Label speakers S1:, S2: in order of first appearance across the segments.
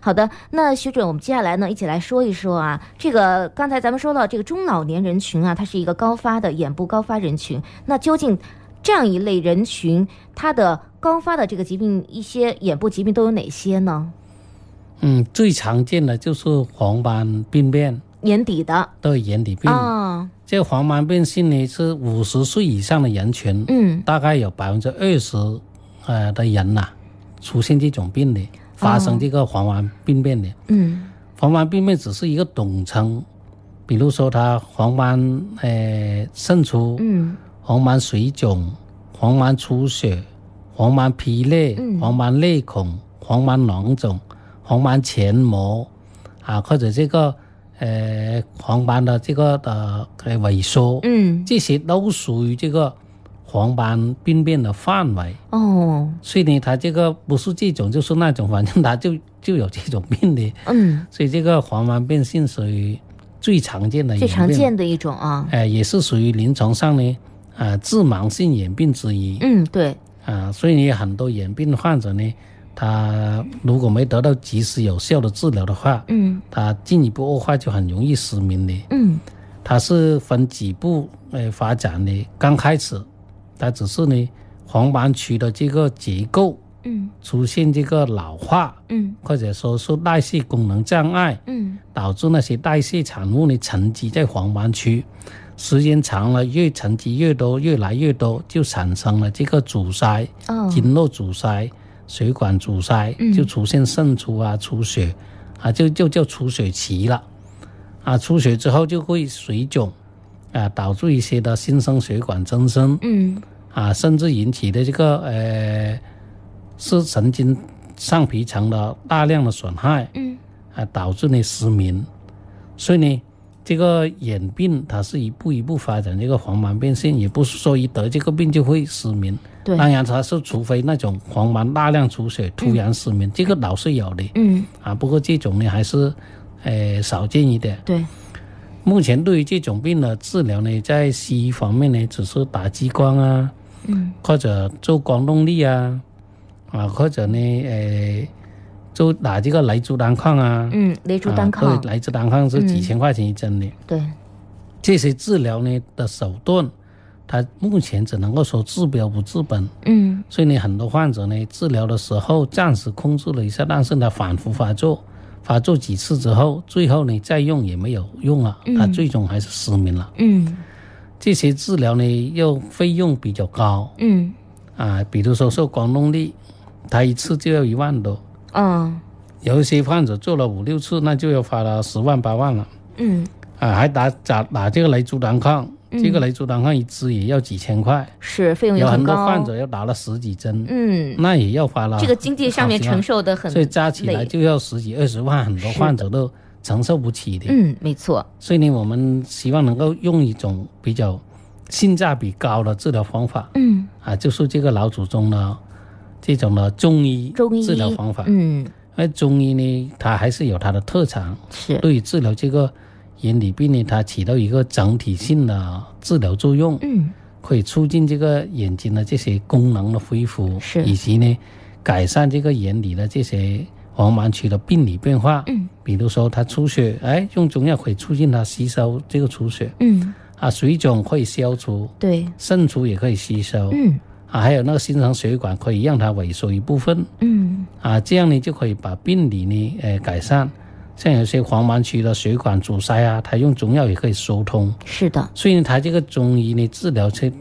S1: 好的，那徐准，我们接下来呢，一起来说一说啊，这个刚才咱们说到这个中老年人群啊，它是一个高发的眼部高发人群，那究竟这样一类人群，它的高发的这个疾病，一些眼部疾病都有哪些呢？
S2: 嗯，最常见的就是黄斑病变，
S1: 眼底的
S2: 对眼底病。
S1: 啊，
S2: 这黄斑变性呢是五十岁以上的人群，
S1: 嗯，
S2: 大概有百分之二十呃的人呐、出现这种病的，发生这个黄斑病变的。
S1: 嗯，
S2: 黄斑病变只是一个统称，比如说它黄斑呃渗出，
S1: 嗯，
S2: 黄斑水肿、黄斑出血、黄斑疲累、
S1: 嗯
S2: 黄斑泪孔、黄斑囊肿、黄斑前膜啊，或者这个呃黄斑的这个呃呃萎缩，
S1: 嗯，
S2: 这些都属于这个黄斑病变的范围。
S1: 哦，
S2: 所以呢，它这个不是这种就是那种，反正它就就有这种病的。
S1: 嗯，
S2: 所以这个黄斑变性属于最常见的
S1: 最
S2: 眼
S1: 常
S2: 病
S1: 见的一种啊，
S2: 呃，也是属于临床上呢，呃，致盲性眼病之一
S1: 嗯，对，
S2: 啊、所以呢，很多眼病患者呢，他如果没得到及时有效的治疗的话，
S1: 嗯
S2: 他进一步恶化就很容易失明的。
S1: 嗯
S2: 它是分几步来发展的，刚开始，它只是呢黄斑区的这个结构
S1: 嗯
S2: 出现这个老化，
S1: 嗯
S2: 或者说是代谢功能障碍，
S1: 嗯
S2: 导致那些代谢产物呢沉积在黄斑区，时间长了越沉积越多，越来越多，就产生了这个阻塞、
S1: 哦，
S2: 经络阻塞、血管阻塞
S1: 嗯，
S2: 就出现渗出啊、出血啊，就就叫出血期了。啊，出血之后就会水肿，啊，导致一些的新生血管增生
S1: 嗯
S2: 啊，甚至引起的这个呃视神经上皮层的大量的损害。
S1: 嗯
S2: 啊，导致呢失明。所以呢，这个眼病它是一步一步发展，这个黄斑变性也不是说一得这个病就会失明。
S1: 对，
S2: 当然，它是除非那种黄斑大量出血突然失明，这个倒是有的
S1: 嗯
S2: 啊。不过这种呢还是，呃，少见一点。
S1: 对，
S2: 目前对于这种病的治疗呢，在西医方面呢，只是打激光啊，
S1: 嗯
S2: 或者做光动力啊，啊，或者呢，呃，就打这个雷珠单抗啊，
S1: 嗯，雷珠单
S2: 啊
S1: 抗，
S2: 对，来自单抗是
S1: 嗯
S2: 几千块钱一针的。
S1: 对，
S2: 这些治疗呢的手段，它目前只能够说治标不治本，
S1: 嗯
S2: 所以呢，很多患者呢治疗的时候暂时控制了一下，但是呢反复发作，发作几次之后，最后呢再用也没有用了，
S1: 嗯
S2: 他最终还是失明了。
S1: 嗯
S2: 这些治疗呢又费用比较高
S1: 嗯
S2: 啊，比如说做光动力，它一次就要一万多，
S1: 嗯
S2: 有一些患者做了五六次，那就要花了十万八万了。
S1: 嗯，
S2: 啊，还打打打这个雷珠单抗，这个雷珠单抗一支也要几千块，
S1: 是嗯费用也
S2: 有很
S1: 很
S2: 多
S1: 高，
S2: 患者要打了十几针，
S1: 嗯，
S2: 那也要花了
S1: 这个经济上面承受的很
S2: 所以加起来
S1: 累，
S2: 就要十几二十万，很多
S1: 是的
S2: 患者都承受不起的。
S1: 嗯，没错，
S2: 所以呢，我们希望能够用一种比较性价比高的治疗方法
S1: 嗯，
S2: 啊，就是这个老祖宗的这种的中医
S1: 中医
S2: 治疗方法。
S1: 嗯，
S2: 而中医呢，它还是有它的特长，
S1: 是，
S2: 对于治疗这个眼底病呢，它起到一个整体性的治疗作用，
S1: 嗯
S2: 可以促进这个眼睛的这些功能的恢复，
S1: 是
S2: 以及呢改善这个眼底的这些黄斑区的病理变化。
S1: 嗯
S2: 比如说它出血，哎，用中药可以促进它吸收这个出血
S1: 嗯，
S2: 啊，水肿可以消除，
S1: 对，
S2: 渗出也可以吸收、
S1: 嗯
S2: 啊，还有那个新生血管可以让它萎缩一部分。
S1: 嗯
S2: 啊，这样呢就可以把病理呢呃改善。像有些黄斑区的血管阻塞啊，它用中药也可以疏通。
S1: 是的，
S2: 所以呢，它这个中医呢治疗是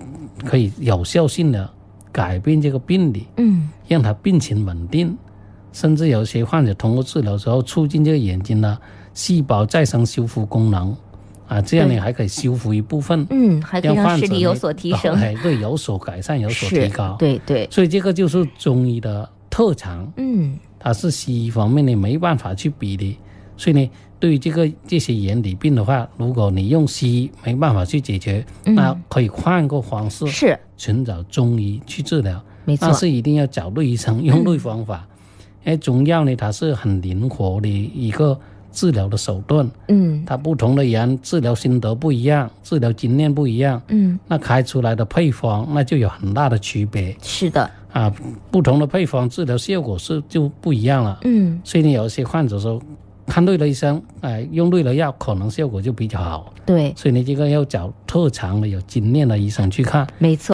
S2: 可以有效性的改变这个病理，
S1: 嗯
S2: 让它病情稳定。甚至有些患者通过治疗之后，促进这个眼睛的细胞再生修复功能啊，这样呢
S1: 对
S2: 还可以修复一部分，
S1: 嗯，还可以
S2: 让
S1: 让
S2: 患
S1: 视
S2: 者
S1: 力
S2: 呢
S1: 有所提升，
S2: 哎，对，有所改善，有所
S1: 是
S2: 提高，。
S1: 对对，
S2: 所以这个就是中医的特长。
S1: 嗯
S2: 它是西医方面呢没办法去比的，所以呢，对于这个这些眼底病的话，如果你用西医没办法去解决，
S1: 嗯
S2: 那可以换个方式
S1: 是
S2: 寻找中医去治疗，
S1: 没错嗯
S2: 但，是一定要找对医生，用对方法。因为中药呢，它是很灵活的一个治疗的手段，
S1: 嗯
S2: 它不同的人治疗心得不一样，治疗经验不一样，
S1: 嗯
S2: 那开出来的配方那就有很大的区别。
S1: 是的，
S2: 啊，不同的配方治疗效果是就不一样了。
S1: 嗯，
S2: 所以呢，有一些患者说，看对了医生，哎、用对了药，可能效果就比较好。
S1: 对，
S2: 所以呢，这个要找特长的、有经验的医生去看。
S1: 没错。